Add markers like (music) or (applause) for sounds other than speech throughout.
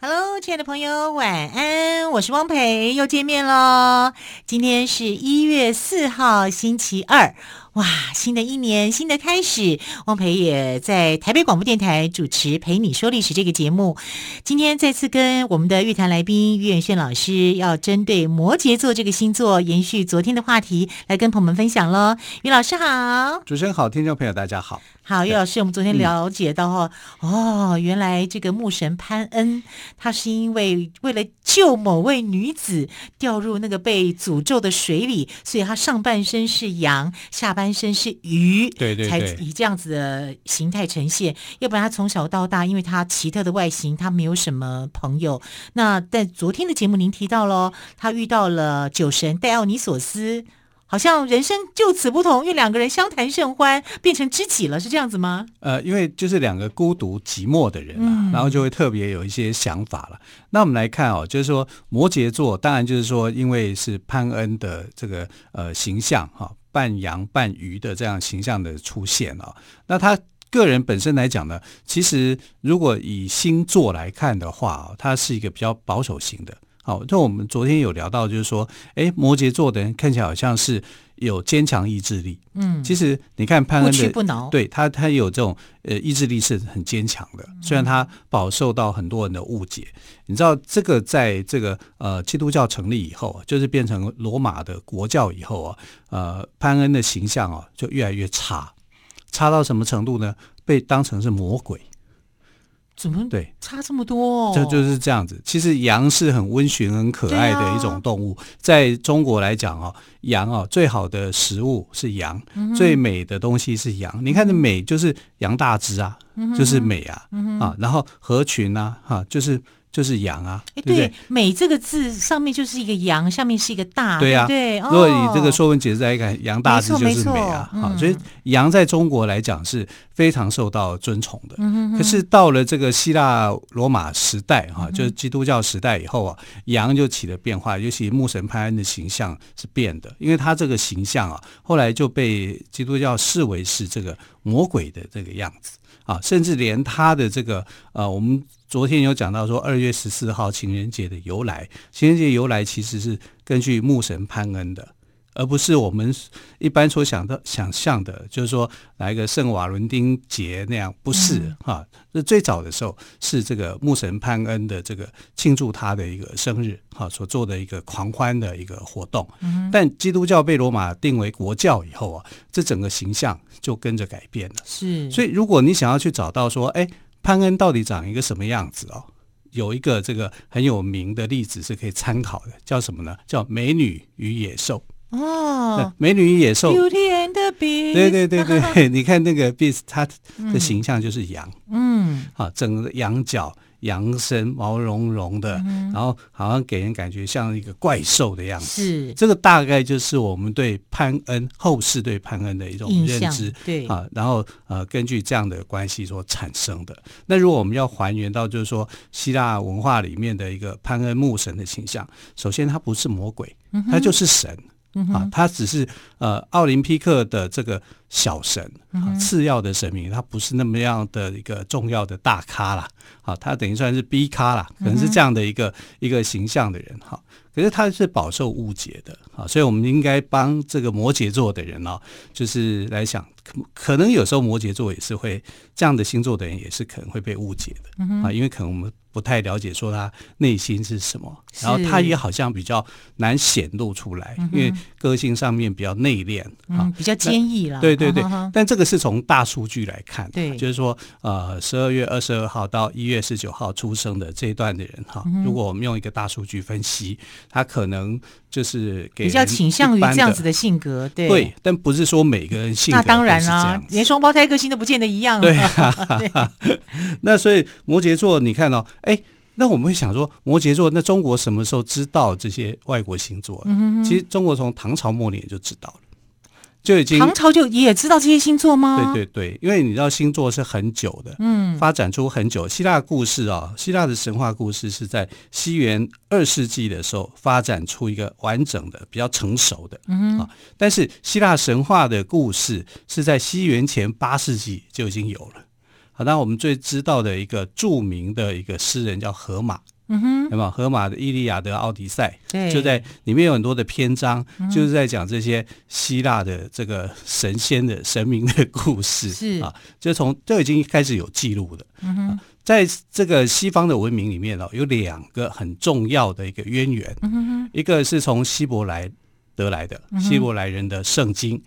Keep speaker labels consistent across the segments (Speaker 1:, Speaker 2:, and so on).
Speaker 1: Hello，亲爱的朋友，晚安！我是汪培，又见面喽。今天是一月四号，星期二。哇，新的一年，新的开始。汪培也在台北广播电台主持《陪你说历史》这个节目。今天再次跟我们的乐坛来宾于远炫老师，要针对摩羯座这个星座，延续昨天的话题来跟朋友们分享喽。于老师好。
Speaker 2: 主持人好，听众朋友大家好。
Speaker 1: 好，岳
Speaker 2: 对嗯
Speaker 1: 老师，我们昨天了解到哈、哦，原来这个牧神潘恩，他是因为为了救某位女子掉入那个被诅咒的水里，所以他上半身是羊，下半身是鱼，
Speaker 2: 对对
Speaker 1: 才
Speaker 2: 对
Speaker 1: 以这样子的形态呈现。要不然他从小到大，因为他奇特的外形，他没有什么朋友。那在昨天的节目您提到喽，他遇到了酒神戴奥尼索斯。好像人生就此不同，因为两个人相谈甚欢，变成知己了，是这样子吗？
Speaker 2: 呃，因为就是两个孤独寂寞的人啊，
Speaker 1: 嗯
Speaker 2: 然后就会特别有一些想法了。那我们来看哦，就是说摩羯座，当然就是说，因为是潘恩的这个呃形象哈、半羊半鱼的这样形象的出现哦，那他。个人本身来讲呢，其实如果以星座来看的话、哦，它是一个比较保守型的。好，就我们昨天有聊到，就是说，诶，摩羯座的人看起来好像是有坚强意志力。
Speaker 1: 嗯，
Speaker 2: 其实你看潘
Speaker 1: 不
Speaker 2: 恩
Speaker 1: 屈
Speaker 2: 的
Speaker 1: 不挠。，
Speaker 2: 对他，他有这种呃意志力是很坚强的，虽然他饱受到很多人的误解。你知道这个在这个呃基督教成立以后，啊就是变成罗马的国教以后啊，呃潘恩的形象啊就越来越差，差到什么程度呢？被当成是魔鬼。
Speaker 1: 怎么
Speaker 2: 对
Speaker 1: 差这么多、哦？
Speaker 2: 这就是这样子。其实羊是很温驯、很可爱
Speaker 1: 对啊
Speaker 2: 的一种动物，在中国来讲哦，羊哦最好的食物是羊，
Speaker 1: 嗯
Speaker 2: 最美的东西是羊。你看这美就是羊大只啊，
Speaker 1: 嗯
Speaker 2: 就是美啊、啊，然后合群啊哈、就是就是羊啊，
Speaker 1: 哎
Speaker 2: 对不对？
Speaker 1: 美这个字上面就是一个羊，下面是一个大，
Speaker 2: 对啊
Speaker 1: 对不对。
Speaker 2: 如果以
Speaker 1: 哦
Speaker 2: 这个《说文解字》来看，羊大致就
Speaker 1: 没
Speaker 2: 是
Speaker 1: 错
Speaker 2: 美啊，
Speaker 1: 没错
Speaker 2: 好、
Speaker 1: 嗯
Speaker 2: 所以羊在中国来讲是非常受到尊崇的。
Speaker 1: 嗯
Speaker 2: 可是到了这个希腊罗马时代
Speaker 1: 嗯
Speaker 2: 哈、就是基督教时代以后啊，羊就起了变化，尤其牧神潘恩的形象是变的，因为他这个形象啊，后来就被基督教视为是这个魔鬼的这个样子啊，甚至连他的这个呃，我们昨天有讲到说二月十四号情人节的由来，情人节由来其实是根据牧神潘恩的。而不是我们一般所想的想象的，就是说来一个圣瓦伦丁节那样，不是哈。那、最早的时候是这个牧神潘恩的这个庆祝他的一个生日哈所做的一个狂欢的一个活动。但基督教被罗马定为国教以后啊，这整个形象就跟着改变了。
Speaker 1: 是，
Speaker 2: 所以，如果你想要去找到说，哎，潘恩到底长一个什么样子哦，有一个这个很有名的例子是可以参考的，叫什么呢？叫《美女与野兽》。
Speaker 1: 以哦
Speaker 2: 《美女与野兽》
Speaker 1: ，Beauty and the Beast，
Speaker 2: 对
Speaker 1: (laughs)
Speaker 2: 对对，对，你看那个 Beast，它的形象就是羊、
Speaker 1: 嗯，
Speaker 2: 啊，整个羊角、羊身毛茸茸的，
Speaker 1: 嗯
Speaker 2: 然后好像给人感觉像一个怪兽的样子。
Speaker 1: 是
Speaker 2: 这个大概就是我们对潘恩后世对潘恩的一种
Speaker 1: 印
Speaker 2: 认
Speaker 1: 象
Speaker 2: 知，
Speaker 1: 对
Speaker 2: 啊，然后呃，根据这样的关系所产生的。那如果我们要还原到就是说希腊文化里面的一个潘恩牧神的形象，首先他不是魔鬼，他就是神。啊，他只是呃奥林匹克的这个小神、啊，次要的神明，他不是那么样的一个重要的大咖啦，啊，他等于算是 B 咖啦，可能是这样的一
Speaker 1: 嗯
Speaker 2: 个、一个形象的人哈、可是他是饱受误解的啊，所以我们应该帮这个摩羯座的人哦，就是来想，可可能有时候摩羯座也是会这样的星座的人也是可能会被误解
Speaker 1: 嗯
Speaker 2: 的啊，因为可能我们不太了解说他内心是什么，
Speaker 1: 是
Speaker 2: 然后他也好像比较难显露出来，因为个性上面比较内敛啊
Speaker 1: 嗯，。比较坚毅啦，
Speaker 2: 对对对
Speaker 1: 哈哈哈，
Speaker 2: 但这个是从大数据来看，
Speaker 1: 嗯
Speaker 2: 啊
Speaker 1: 对
Speaker 2: 就是说，呃，十二月二十二号到一月十九号出生的这一段的人
Speaker 1: 嗯
Speaker 2: 哈，如果我们用一个大数据分析，他可能就是给
Speaker 1: 比较
Speaker 2: 人
Speaker 1: 倾向于
Speaker 2: 一般
Speaker 1: 这样
Speaker 2: 的
Speaker 1: 子的性格，对
Speaker 2: 对，但不是说每个人性格
Speaker 1: 那当然啊
Speaker 2: 都是这
Speaker 1: 啦
Speaker 2: 样，子
Speaker 1: 连双胞胎个性都不见得一样，
Speaker 2: 对啊，那所以摩羯座，你看哦，哎，那我们会想说，摩羯座，那中国什么时候知道这些外国星座？
Speaker 1: 嗯
Speaker 2: 其实中国从唐朝末年就知道了，就已经
Speaker 1: 唐朝就也知道这些星座吗？
Speaker 2: 对对对，因为你知道星座是很久的，嗯，发展出很久。希腊故事啊、希腊的神话故事是在西元二世纪的时候发展出一个完整的、比较成熟的，嗯啊，但是希腊神话的故事是在西元前八世纪就已经有了。好，那我们最知道的一个著名的一个诗人叫荷马，
Speaker 1: 嗯哼，
Speaker 2: 那么荷马的《伊利亚德》《奥迪赛》
Speaker 1: 对
Speaker 2: 就在里面有很多的篇章，就是在讲这些希腊的这个神仙的神明的故事，
Speaker 1: 是
Speaker 2: 啊，就从就已经开始有记录了。嗯哼、在这个西方的文明里面哦，有两个很重要的一个渊源，嗯、哼嗯一个是从希伯来得来的希伯来人的圣经，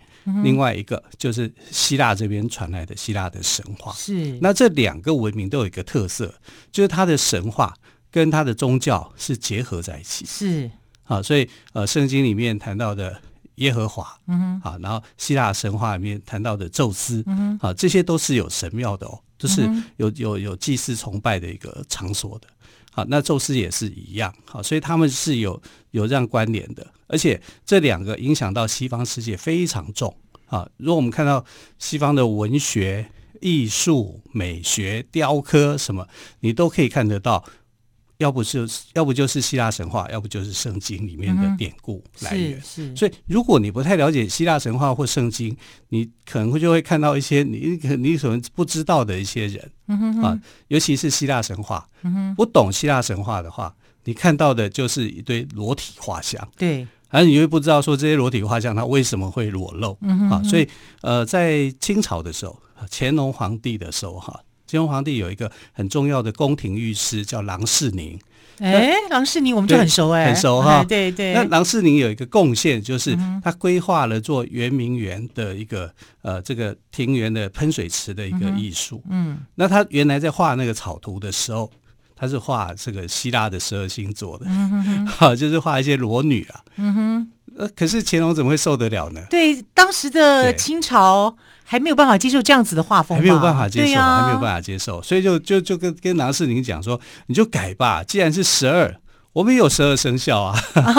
Speaker 2: 另外一个就是希腊这边传来的希腊的神话。
Speaker 1: 是
Speaker 2: 啊那这两个文明都有一个特色，就是它的神话跟它的宗教是结合在一起
Speaker 1: 是，
Speaker 2: 啊。所以呃，圣经里面谈到的耶和华，嗯啊，然后希腊神话里面谈到的宙斯，嗯啊，这些都是有神庙的哦，就是有有有祭祀崇拜的一个场所的。好，那宙斯也是一样，好，所以他们是有有这样关联的，而且这两个影响到西方世界非常重啊。如果我们看到西方的文学、艺术、美学、雕刻什么，你都可以看得到，要不就是要不就是希腊神话，要不就是圣经里面的典故来源
Speaker 1: 是。是，
Speaker 2: 所以，如果你不太了解希腊神话或圣经，你可能会就会看到一些你可你可能不知道的一些人、啊，尤其是希腊神话。不懂希腊神话的话，你看到的就是一堆裸体画像，
Speaker 1: 对，
Speaker 2: 而你又不知道说这些裸体画像它为什么会裸露、啊。所以，呃，在清朝的时候，乾隆皇帝的时候哈、乾隆皇帝有一个很重要的宫廷御史叫郎世宁，
Speaker 1: 哎，郎世宁我们就
Speaker 2: 对
Speaker 1: 很熟哎，
Speaker 2: 很熟哈
Speaker 1: 哎对对，嗯
Speaker 2: 那郎世宁有一个贡献，就是他规划了做圆明园的一个呃这个庭园的喷水池的一个艺术。
Speaker 1: 嗯，
Speaker 2: 那他原来在画那个草图的时候，他是画这个希腊的十二星座的，
Speaker 1: 嗯
Speaker 2: (laughs) 好、就是画一些裸女啊。嗯哼，呃，可是乾隆怎么会受得了呢？
Speaker 1: 对，当时的
Speaker 2: 对
Speaker 1: 清朝还没有办法接受这样子的画风吧，
Speaker 2: 还没有办法接
Speaker 1: 对
Speaker 2: 受，
Speaker 1: 呀
Speaker 2: 还没有办法接受，所以就就就跟跟郎世宁讲说，你就改吧，既然是十二，我们也有十二生肖啊，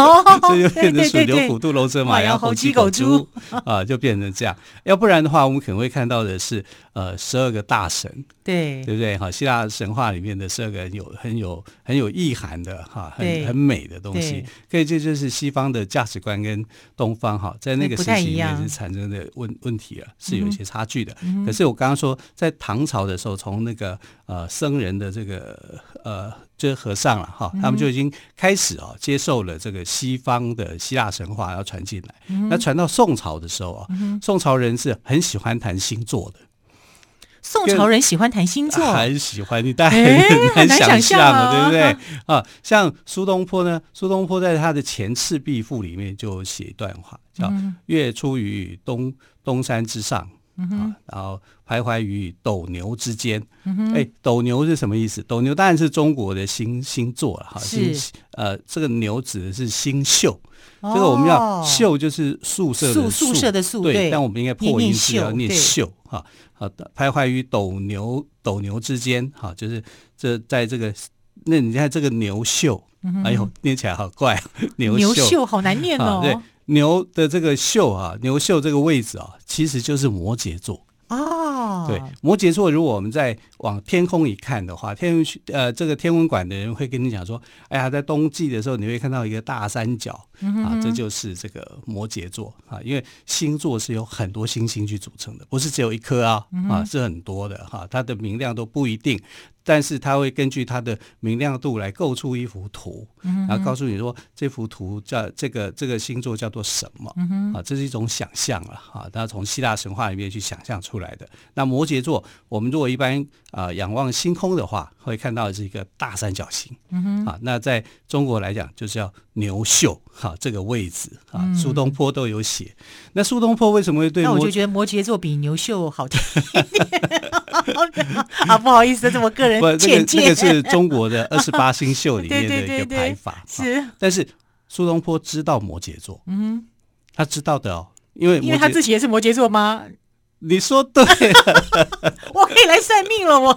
Speaker 2: (laughs) 所以就变成
Speaker 1: 哦对对
Speaker 2: 鼠、
Speaker 1: 对
Speaker 2: 牛、
Speaker 1: 对
Speaker 2: 虎、兔、龙、蛇、
Speaker 1: 马
Speaker 2: 马、
Speaker 1: 羊
Speaker 2: 羊、
Speaker 1: 猴
Speaker 2: 猴、
Speaker 1: 鸡
Speaker 2: 鸡、
Speaker 1: 狗
Speaker 2: 狗、猪啊，就变成这样。要不然的话，我们可能会看到的是呃十二个大神，
Speaker 1: 对
Speaker 2: 对不对？哈，希腊神话里面的十二个很有很有很有意涵的哈，
Speaker 1: 对
Speaker 2: 很很美的东西
Speaker 1: 对。
Speaker 2: 可以，这就是西方的价值观跟东方哈，在那
Speaker 1: 那
Speaker 2: 个
Speaker 1: 哎不
Speaker 2: 时
Speaker 1: 太
Speaker 2: 期
Speaker 1: 一
Speaker 2: 里面
Speaker 1: 样嗯
Speaker 2: 是产生的问问题啊，是有一些差距的。可是我刚刚说，在唐朝的时候，从那个呃僧人的这个呃就是和尚了哈，
Speaker 1: 嗯
Speaker 2: 他们就已经开始哦接受了这个西方的希腊神话，要传进来。
Speaker 1: 嗯
Speaker 2: 那传到宋朝的时候啊，宋朝人是很喜欢谈星座的。
Speaker 1: 宋朝人喜欢谈星座，
Speaker 2: 很喜欢你，但
Speaker 1: 哎很
Speaker 2: 很
Speaker 1: 难想
Speaker 2: 想
Speaker 1: 象
Speaker 2: 象了，
Speaker 1: 啊
Speaker 2: 对不对？啊，像苏东坡呢，苏东坡在他的《前赤壁赋》里面就写一段话，叫
Speaker 1: 嗯
Speaker 2: “月出于东东山之上”，啊，然后徘徊于斗牛之间。
Speaker 1: 嗯
Speaker 2: 哎，斗牛是什么意思？斗牛当然是中国的星星座了哈，
Speaker 1: 是
Speaker 2: 星呃，这个牛指的是星宿，这个我们要
Speaker 1: 哦
Speaker 2: 宿就是宿舍的
Speaker 1: 宿宿舍的宿对
Speaker 2: 对，但我们应该破音是要
Speaker 1: 念
Speaker 2: 念
Speaker 1: 念
Speaker 2: 秀哈，好的，徘徊于斗牛斗牛之间哈，就是这在这个那你看这个牛秀，哎呦，念起来好怪啊， (laughs) 牛
Speaker 1: 嗯牛
Speaker 2: 秀
Speaker 1: 秀好难念
Speaker 2: 啊，对
Speaker 1: 哦，
Speaker 2: 牛的这个秀啊，牛秀这个位置啊，其实就是摩羯座。
Speaker 1: 啊，
Speaker 2: 对，摩羯座，如果我们在往天空一看的话，天文学呃，这个天文馆的人会跟你讲说，哎呀，在冬季的时候你会看到一个大三角啊，这就是这个摩羯座啊，因为星座是由很多星星去组成的，不是只有一颗啊啊，是很多的哈、它的明亮都不一定。但是它会根据它的明亮度来构出一幅图，
Speaker 1: 嗯
Speaker 2: 然后告诉你说这幅图叫这个这个星座叫做什么、
Speaker 1: 嗯
Speaker 2: 啊？这是一种想象了啊，它从希腊神话里面去想象出来的。那摩羯座，我们如果一般啊、呃仰望星空的话，会看到是一个大三角形，
Speaker 1: 嗯
Speaker 2: 啊，那在中国来讲就是要牛秀哈、这个位置啊，苏东坡都有写。那苏东坡为什么会对
Speaker 1: 嗯那我
Speaker 2: 摩
Speaker 1: 就觉得摩羯座比牛秀好听
Speaker 2: (laughs)
Speaker 1: 啊，不好意思，这是我个人
Speaker 2: 不，这
Speaker 1: 浅
Speaker 2: 个
Speaker 1: 见，
Speaker 2: 这个是中国的二十八星宿里面
Speaker 1: 对 (laughs) 对
Speaker 2: 的一
Speaker 1: 对
Speaker 2: 个
Speaker 1: 对
Speaker 2: 排法。啊
Speaker 1: 是
Speaker 2: 但是苏东坡知道摩羯座，嗯，他知道的哦，因为
Speaker 1: 因
Speaker 2: 摩
Speaker 1: 为他
Speaker 2: 羯
Speaker 1: 自己也是摩羯座吗？
Speaker 2: 你说对 (laughs) 了，
Speaker 1: (laughs) 我可以来算命了，我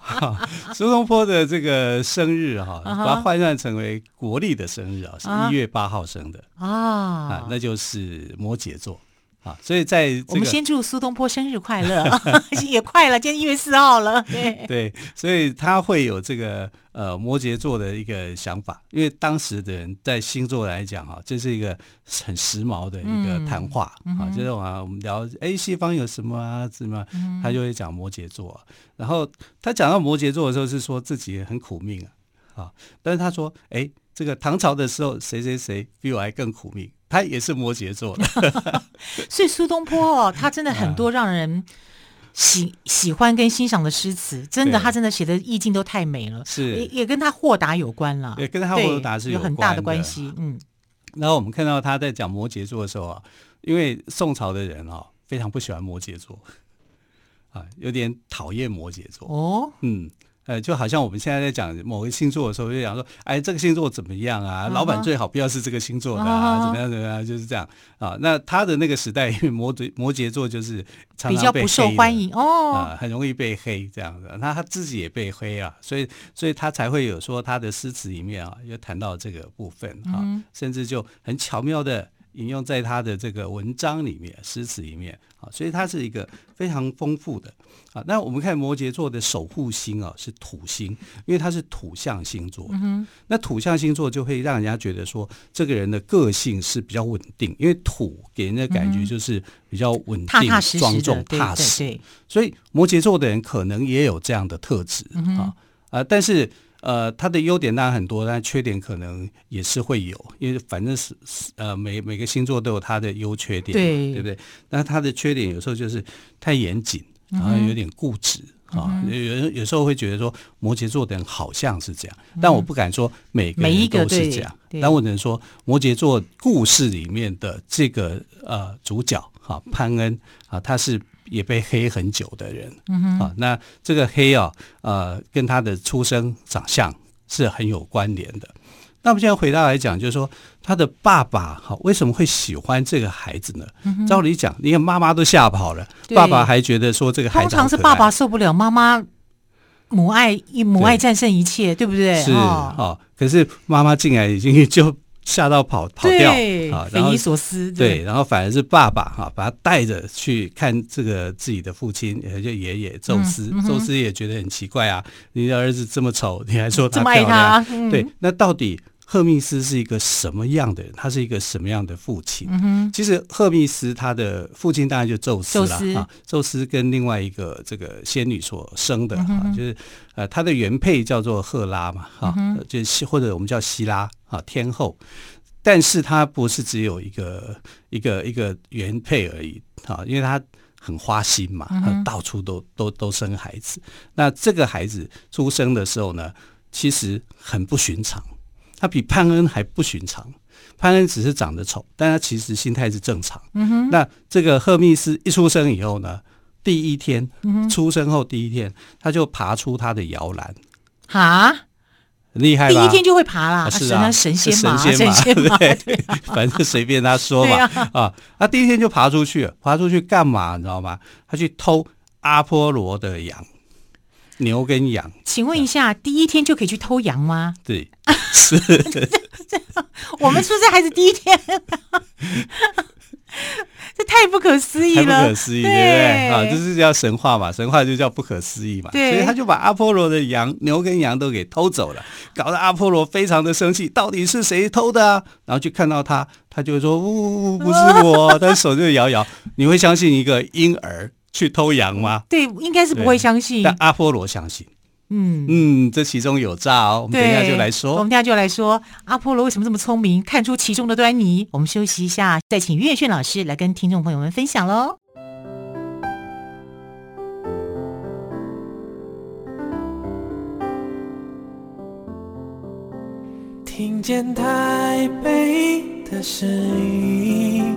Speaker 2: 哈苏东坡的这个生日哈、
Speaker 1: 啊哈
Speaker 2: 把它换算成为国历的生日啊，
Speaker 1: 啊哈
Speaker 2: 是一月八号生的啊
Speaker 1: 啊，
Speaker 2: 那就是摩羯座啊，所以在
Speaker 1: 我
Speaker 2: 这
Speaker 1: 们
Speaker 2: 个
Speaker 1: 先祝苏东坡生日快 (laughs) 乐，也快了，今天一月四号了，对，
Speaker 2: (laughs) 对，所以他会有这个呃摩羯座的一个想法，因为当时的人在星座来讲哈、这是一个很时髦的一个谈话、
Speaker 1: 嗯
Speaker 2: 啊，就是啊我们聊哎西方有什么啊什么，他就会
Speaker 1: 嗯
Speaker 2: 讲摩羯座、然后他讲到摩羯座的时候是说自己很苦命啊啊，但是他说哎这个唐朝的时候谁谁谁比我还更苦命，他也是摩羯座的，
Speaker 1: 所以苏东坡哦，他真的很多让人喜喜欢跟欣赏的诗词，真的，
Speaker 2: 对
Speaker 1: 他真的写的意境都太美了，(laughs)
Speaker 2: 是
Speaker 1: 也也跟他豁达有关了，
Speaker 2: 也跟他
Speaker 1: 对
Speaker 2: 豁达是
Speaker 1: 有
Speaker 2: 有
Speaker 1: 很大的
Speaker 2: 关
Speaker 1: 关
Speaker 2: 的
Speaker 1: 系，嗯，
Speaker 2: 然后我们看到他在讲摩羯座的时候啊，因为宋朝的人啊非常不喜欢摩羯座， (laughs) 啊，有点讨厌摩羯座。
Speaker 1: 哦，
Speaker 2: 嗯，呃，就好像我们现在在讲某个星座的时候，就讲说，哎，这个星座怎么样啊？
Speaker 1: 嗯哼
Speaker 2: 老板最好不要是这个星座的
Speaker 1: 嗯哼
Speaker 2: 啊，怎么样怎么样，就是这样啊。那他的那个时代，因为摩羯摩羯座就是常
Speaker 1: 比较
Speaker 2: 常被
Speaker 1: 不受
Speaker 2: 黑的
Speaker 1: 欢迎哦，
Speaker 2: 啊、很容易被黑这样的。那他自己也被黑啊，所以所以他才会有说他的诗词里面啊，有谈到这个部分
Speaker 1: 嗯
Speaker 2: 啊，甚至就很巧妙的引用在他的这个文章里面、诗词里面啊，所以它是一个非常丰富的啊。那我们看摩羯座的守护星啊是土星，因为它是土象星座，嗯、那土象星座就会让人家觉得说这个人的个性是比较稳定，因为土给人的感觉就是比较稳
Speaker 1: 嗯
Speaker 2: 定、
Speaker 1: 踏踏实
Speaker 2: 庄
Speaker 1: 实的，
Speaker 2: 重、
Speaker 1: 对
Speaker 2: 踏
Speaker 1: 对
Speaker 2: 实。
Speaker 1: 对，
Speaker 2: 所以摩羯座的人可能也有这样的特质、啊啊、但是呃，他的优点当然很多，但缺点可能也是会有，因为反正是是呃每每个星座都有他的优缺点嘛，
Speaker 1: 对
Speaker 2: 对不对？那他的缺点有时候就是太严谨，
Speaker 1: 嗯
Speaker 2: 然后有点固执。啊，有有有时候会觉得说摩羯座的人好像是这样，但我不敢说每个
Speaker 1: 嗯每一
Speaker 2: 人
Speaker 1: 个
Speaker 2: 都是
Speaker 1: 对
Speaker 2: 这样，
Speaker 1: 对
Speaker 2: 但我只能说摩羯座故事里面的这个呃主角哈、潘恩啊，他是也被黑很久的人，
Speaker 1: 嗯
Speaker 2: 啊，那这个黑啊，呃，跟他的出生长相是很有关联的。那我们现在回到来讲，就是说他的爸爸哈、为什么会喜欢这个孩子呢？照理讲，你看妈妈都吓跑了，
Speaker 1: 嗯对
Speaker 2: 爸爸还觉得说这个孩
Speaker 1: 通
Speaker 2: 子好
Speaker 1: 常是
Speaker 2: 可
Speaker 1: 爸
Speaker 2: 爱
Speaker 1: 爸受不了妈妈母爱，一母爱
Speaker 2: 对
Speaker 1: 战胜一切，对不对？
Speaker 2: 是
Speaker 1: 哦
Speaker 2: 哦，可是妈妈进来已经 (laughs) 就吓到跑跑掉
Speaker 1: 对
Speaker 2: 啊，
Speaker 1: 匪
Speaker 2: 然后
Speaker 1: 夷所思，
Speaker 2: 对，，然后反而是爸爸哈、把他带着去看这个自己的父亲，也就爷爷宙斯，
Speaker 1: 嗯
Speaker 2: 宙斯也觉得很奇怪啊，你的儿子这么丑，你还说
Speaker 1: 这
Speaker 2: 他
Speaker 1: 么
Speaker 2: 漂
Speaker 1: 爱
Speaker 2: 亮？
Speaker 1: 他，嗯
Speaker 2: 对，，那到底赫密斯是一个什么样的人？他是一个什么样的父亲？
Speaker 1: 嗯
Speaker 2: 其实赫密斯他的父亲当然就宙斯
Speaker 1: 宙
Speaker 2: 了
Speaker 1: 斯
Speaker 2: 啊，宙斯跟另外一个这个仙女所生
Speaker 1: 嗯
Speaker 2: 的哈、啊，就是呃他的原配叫做赫拉嘛哈、
Speaker 1: 嗯
Speaker 2: 啊，就是希或者我们叫希拉啊天后，但是他不是只有一个一个一个原配而已啊，因为他很花心嘛，
Speaker 1: 嗯
Speaker 2: 他到处都都都生孩子。那这个孩子出生的时候呢，其实很不寻常，他比潘恩还不寻常。潘恩只是长得丑，但他其实心态是正常。嗯哼。那这个赫密斯一出生以后呢，第一天，
Speaker 1: 嗯
Speaker 2: 出生后第一天，他就爬出他的摇篮，
Speaker 1: 哈，
Speaker 2: 很厉害
Speaker 1: 第
Speaker 2: 吧？
Speaker 1: 一天就会爬啦，
Speaker 2: 是
Speaker 1: 神
Speaker 2: 啊，
Speaker 1: 神仙 (laughs)
Speaker 2: 是
Speaker 1: 嘛，
Speaker 2: 神仙嘛，
Speaker 1: 嘛，啊
Speaker 2: 对不对，反正随便他说
Speaker 1: 对
Speaker 2: 嘛啊，他第一天就爬出去了，爬出去干嘛？你知道吗？他去偷阿波罗的羊，牛跟羊，
Speaker 1: 请问一下，第一天就可以去偷羊
Speaker 2: (laughs)
Speaker 1: 吗？
Speaker 2: 对，
Speaker 1: 我们是不是还是第一天？ (laughs) 这太不可思议
Speaker 2: 太不
Speaker 1: 了
Speaker 2: 可，思议，对不对？啊，这是叫神话嘛，神话就叫不可思议嘛，所
Speaker 1: 对
Speaker 2: 以他就把阿波罗的羊、牛跟羊都给偷走了，搞得阿波罗非常的生气，到底是谁偷的啊？然后就看到他，他就会说，呜呜呜，不是我，他手就摇摇，你会相信一个婴儿去偷羊吗？
Speaker 1: 对，应该是不会相信
Speaker 2: 但，阿波罗相信，
Speaker 1: 嗯。
Speaker 2: 嗯，这其中有诈哦。我们
Speaker 1: 对，
Speaker 2: 等一下就来
Speaker 1: 我
Speaker 2: 说
Speaker 1: 们。等一下就来说阿波罗为什么这么聪明，看出其中的端倪。我们休息一下，再请岳炫老师来跟听众朋友们分享喽。
Speaker 3: 听见台北的声音，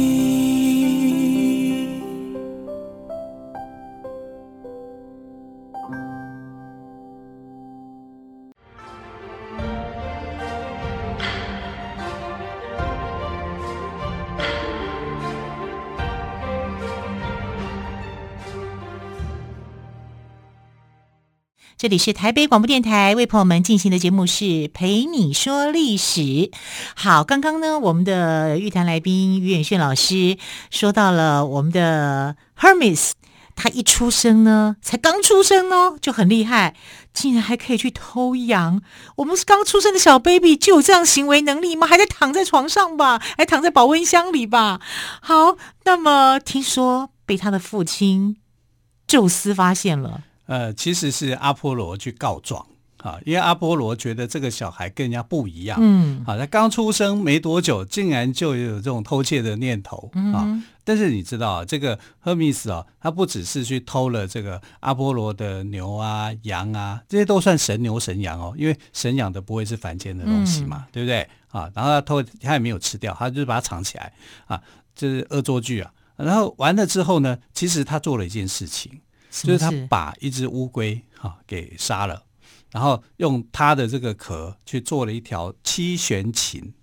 Speaker 1: 这里是台北广播电台为朋友们进行的节目是《陪你说历史》。好，刚刚呢，我们的玉坛来宾于远炫老师说到了我们的 Hermes。他一出生呢，才刚出生哦，就很厉害，竟然还可以去偷羊。我们是刚出生的小 baby 就有这样行为能力吗？还在躺在床上吧，还躺在保温箱里吧？好，那么听说被他的父亲宙斯发现了，
Speaker 2: 呃，其实是阿波罗去告状啊，因为阿波罗觉得这个小孩跟人家不一样，
Speaker 1: 嗯，
Speaker 2: 好，他刚出生没多久，竟然就有这种偷窃的念头啊。但是你知道啊，这个赫密斯啊，他不只是去偷了这个阿波罗的牛啊、羊啊，这些都算神牛神羊哦，因为神养的不会是凡间的东西嘛，对不对啊？然后他偷，他也没有吃掉，他就是把它藏起来啊，这、是恶作剧啊。然后完了之后呢，其实他做了一件事情，
Speaker 1: 什
Speaker 2: 就
Speaker 1: 么
Speaker 2: 是他
Speaker 1: 事
Speaker 2: 把一只乌龟哈、给杀了，然后用它的这个壳去做了一条七弦琴。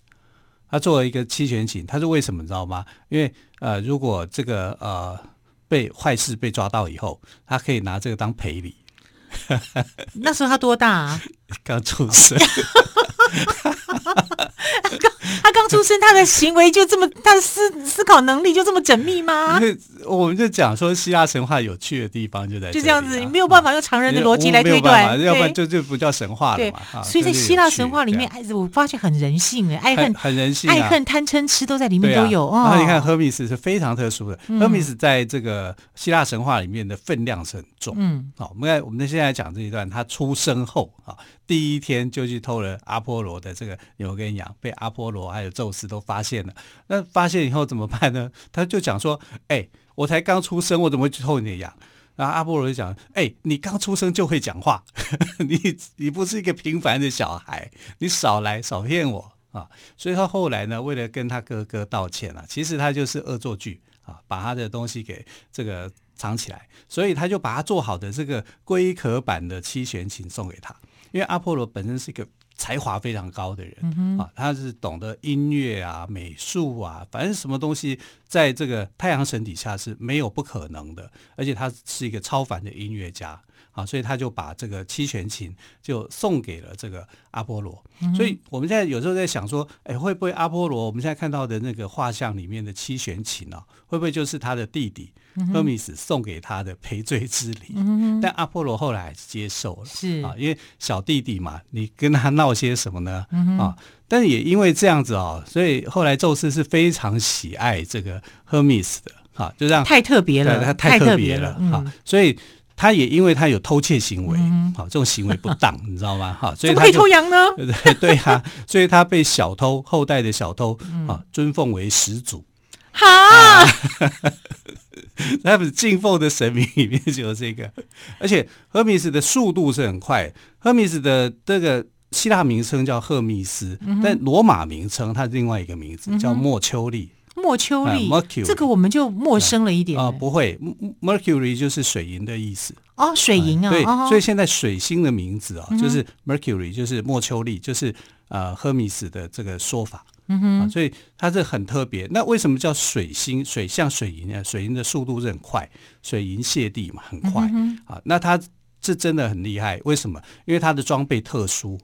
Speaker 2: 他做了一个七弦琴，他是为什么你知道吗？因为呃，如果这个呃被坏事被抓到以后，他可以拿这个当赔礼， (laughs)
Speaker 1: 那时候他多大、啊？
Speaker 2: 刚出生。
Speaker 1: 他刚出生，他的行为就这么，他的思思考能力就这么缜密吗
Speaker 2: (laughs) 因？为呃我们就讲说希腊神话有趣的地方就在、啊
Speaker 1: 就这样子，你没有办。法用常人的逻辑来
Speaker 2: 没有
Speaker 1: 推
Speaker 2: 办法
Speaker 1: 断，
Speaker 2: 要不然
Speaker 1: 对
Speaker 2: 就就不叫神话了
Speaker 1: 对
Speaker 2: 嘛。啊
Speaker 1: 所以在
Speaker 2: 就是有
Speaker 1: 希腊
Speaker 2: 趣
Speaker 1: 神话里
Speaker 2: 对
Speaker 1: 面，
Speaker 2: 啊
Speaker 1: 哎，我发现很人性哎，爱
Speaker 2: 很
Speaker 1: 恨、
Speaker 2: 很人性、啊，
Speaker 1: 爱恨、贪嗔痴都在里面
Speaker 2: 对啊
Speaker 1: 都有
Speaker 2: 然
Speaker 1: 哦。嗯
Speaker 2: 后你看，赫密斯是非常特殊的，赫密斯在这个希腊神话里面的分量是很重。
Speaker 1: 嗯，
Speaker 2: 好，我们来我们现在讲这一段，他出生后啊，第一天就去偷了阿波罗的这个牛跟羊，被阿波罗还有宙斯都发现了。那发现以后怎么办呢？ (laughs) 他就讲说：“哎、我才刚出生，我怎么会去偷你的羊？”然后阿波罗就讲：“哎、你刚出生就会讲话， (laughs) 你你不是一个平凡的小孩，你少来少骗我啊！”所以他后来呢，为了跟他哥哥道歉啊，其实他就是恶作剧啊，把他的东西给这个藏起来，所以他就把他做好的这个龟壳版的七弦琴送给他，因为阿波罗本身是一个。才华非常高的人、啊，他是懂得音乐啊、美术啊，反正什么东西在这个太阳神底下是没有不可能的，而且他是一个超凡的音乐家啊，所以他就把这个七弦琴就送给了这个阿波罗。所以我们现在有时候在想说，哎，会不会阿波罗我们现在看到的那个画像里面的七弦琴啊，会不会就是他的弟弟赫米斯送给他的赔罪之礼？但阿波罗后来还是接受了，
Speaker 1: 是
Speaker 2: 啊，因为小弟弟嘛，你跟他闹些什么呢？
Speaker 1: 嗯
Speaker 2: 啊，但也因为这样子哦，所以后来宙斯是非常喜爱这个赫密斯的，哈、就让
Speaker 1: 太特别了，
Speaker 2: 对，他太特别了
Speaker 1: 嗯
Speaker 2: 哈、所以他也因为他有偷窃行为，好、这种行为不当，你知道吗？哈、所
Speaker 1: 怎
Speaker 2: 以
Speaker 1: 么
Speaker 2: 他
Speaker 1: 可以
Speaker 2: 就 (laughs)
Speaker 1: 偷羊呢？
Speaker 2: 对对啊，所以他被小偷后代的小偷
Speaker 1: 嗯
Speaker 2: 啊尊奉为始祖，
Speaker 1: 哈，
Speaker 2: 啊他们敬奉的神明里面就有这个，而且赫密斯的速度是很快，赫密斯的这个。希腊名称叫赫密斯，但罗马名称它是另外一个名字叫莫丘利
Speaker 1: 莫丘利
Speaker 2: 啊，Mercury，
Speaker 1: 这个我们就陌生了一点
Speaker 2: 啊、
Speaker 1: 哎
Speaker 2: 不会，Mercury 就是水银的意思。
Speaker 1: 哦，水银啊，
Speaker 2: 对，
Speaker 1: 哦嗯
Speaker 2: 所以现在水星的名字啊、就是 Mercury，就是莫丘利，就是呃赫密斯的这个说法。嗯哼、所以它是很特别。那为什么叫水星？水像水银啊，水银的速度是很快，水银泻地嘛，很
Speaker 1: 嗯
Speaker 2: 快、啊。那它是真的很厉害，为什么？因为它的装备特殊。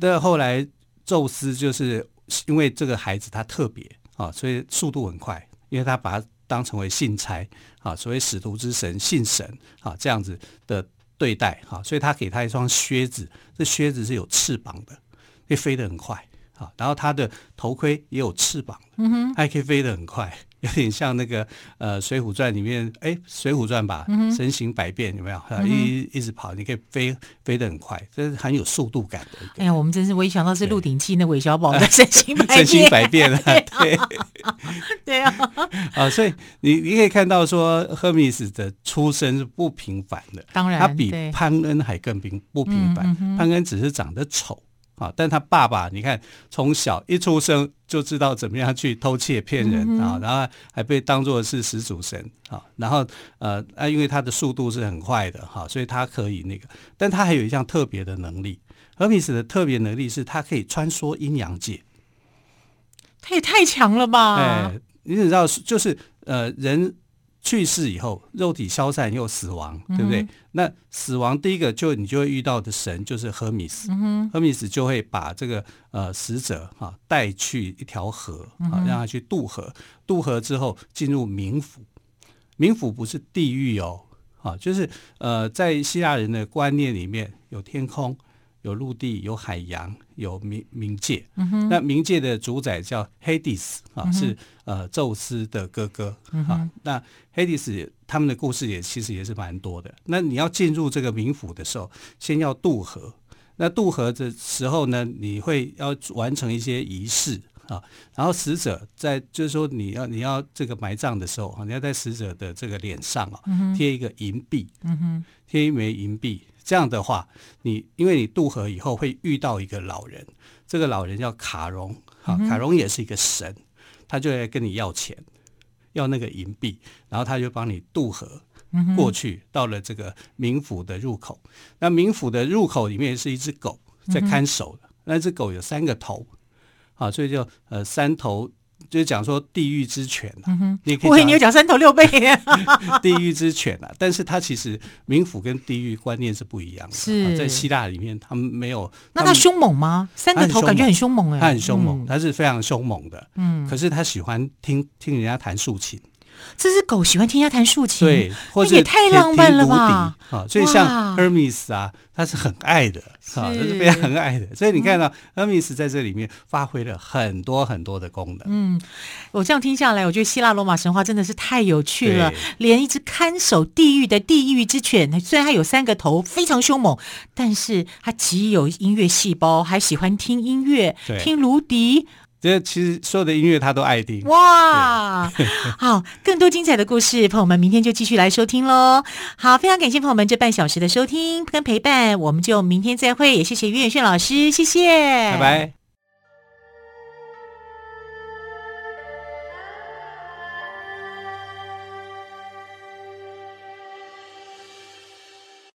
Speaker 2: 但后来宙斯就是因为这个孩子他特别啊，所以速度很快，因为他把他当成为信差啊，所谓使徒之神、信神啊这样子的对待啊，所以他给他一双靴子，这靴子是有翅膀的，可以飞得很快啊。然后他的头盔也有翅膀的，嗯哼，还可以飞得很快。 (laughs) 有点像那个呃，《水浒传》里面，哎，《水浒传》吧，身形百变，有没有？啊一一直跑，你可以飞飞得很快，这是很有速度感的一个。 (laughs)
Speaker 1: 哎呀，我们真是，我一想到是《鹿鼎记》那韦小宝的神心百
Speaker 2: 真心
Speaker 1: 变，
Speaker 2: 百变啊，哎 (laughs) 对
Speaker 1: (laughs) 对啊，
Speaker 2: 啊，所以你你可以看到说，赫密斯的出身是不平凡的，
Speaker 1: 当然
Speaker 2: 他比
Speaker 1: 对嗯
Speaker 2: 潘恩还更平不平凡。潘恩只是长得丑啊，但他爸爸你看从小一出生就知道怎么样去偷窃骗人、
Speaker 1: 嗯
Speaker 2: 啊，然后还被当做是始祖神啊，然后呃，啊，因为他的速度是很快的哈、所以他可以那个，但他还有一项特别的能力。赫密斯的特别能力是他可以穿梭阴阳界。
Speaker 1: 他也太强了吧？
Speaker 2: 哎哎，你只知道是就是呃，人去世以后，肉体消散又死亡，对不对？那死亡第一个就你就会遇到的神就是赫米斯，赫米斯就会把这个呃死者啊带去一条河啊，让他去渡河，渡河之后进入冥府，冥府不是地狱哦，啊，就是呃在希腊人的观念里面有天空。有陆地，有海洋，有冥冥界。那冥界的主宰叫 Hades 啊，是呃宙斯的哥哥啊。那 Hades 他们的故事也其实也是蛮多的。那你要进入这个冥府的时候，先要渡河。那渡河的时候呢，你会要完成一些仪式啊，然后死者在就是说你要你要这个埋葬的时候啊，你要在死者的这个脸上啊贴一个银币，贴一枚银币。这样的话，你因为你渡河以后会遇到一个老人，这个老人叫卡戎，啊，
Speaker 1: 嗯
Speaker 2: 卡戎也是一个神，他就来跟你要钱，要那个银币，然后他就帮你渡河
Speaker 1: 嗯
Speaker 2: 过去，到了这个冥府的入口。那冥府的入口里面是一只狗在看守的，那只狗有三个头，啊，所以就呃三头，就是讲说地狱之犬啊，你也可以
Speaker 1: 嗯我以为你有
Speaker 2: 讲
Speaker 1: 讲三头六
Speaker 2: (laughs)
Speaker 1: 臂， (laughs)
Speaker 2: 地狱之犬啊，但是它其实冥府跟地狱观念是不一样的，
Speaker 1: 是
Speaker 2: 啊在希腊里面他们没有，
Speaker 1: 那
Speaker 2: 他
Speaker 1: 他
Speaker 2: 们
Speaker 1: 凶猛吗？三个头感觉很凶猛哎，
Speaker 2: 他很凶猛，
Speaker 1: 嗯，
Speaker 2: 他是非常凶猛的。嗯，可是他喜欢听听人家弹竖琴，
Speaker 1: 这只狗喜欢听他弹竖琴，
Speaker 2: 对，或
Speaker 1: 那嗯
Speaker 2: 者
Speaker 1: 哎也太浪漫了吧
Speaker 2: 铁蹄骨笛啊，所以像
Speaker 1: 哇
Speaker 2: Hermes 啊，他是很爱的啊，
Speaker 1: 是嗯
Speaker 2: 他是非常很爱的。所以你看到 Hermes 在这里面发挥了很多很多的功能。
Speaker 1: 嗯我这样听下来，我觉得希腊罗马神话真的是太有趣了
Speaker 2: 对，
Speaker 1: 连一只看守地狱的地狱之犬，虽然它有三个头，非常凶猛，但是它极有音乐细胞，还喜欢听音乐
Speaker 2: 对，
Speaker 1: 听芦笛，
Speaker 2: 这其实所有的音乐他都爱听。
Speaker 1: 哇！
Speaker 2: (laughs)
Speaker 1: 好，更多精彩的故事，朋友们明天就继续来收听喽。好，非常感谢朋友们这半小时的收听跟陪伴，我们就明天再会，也谢谢岳远炫老师，谢谢，
Speaker 2: 拜拜。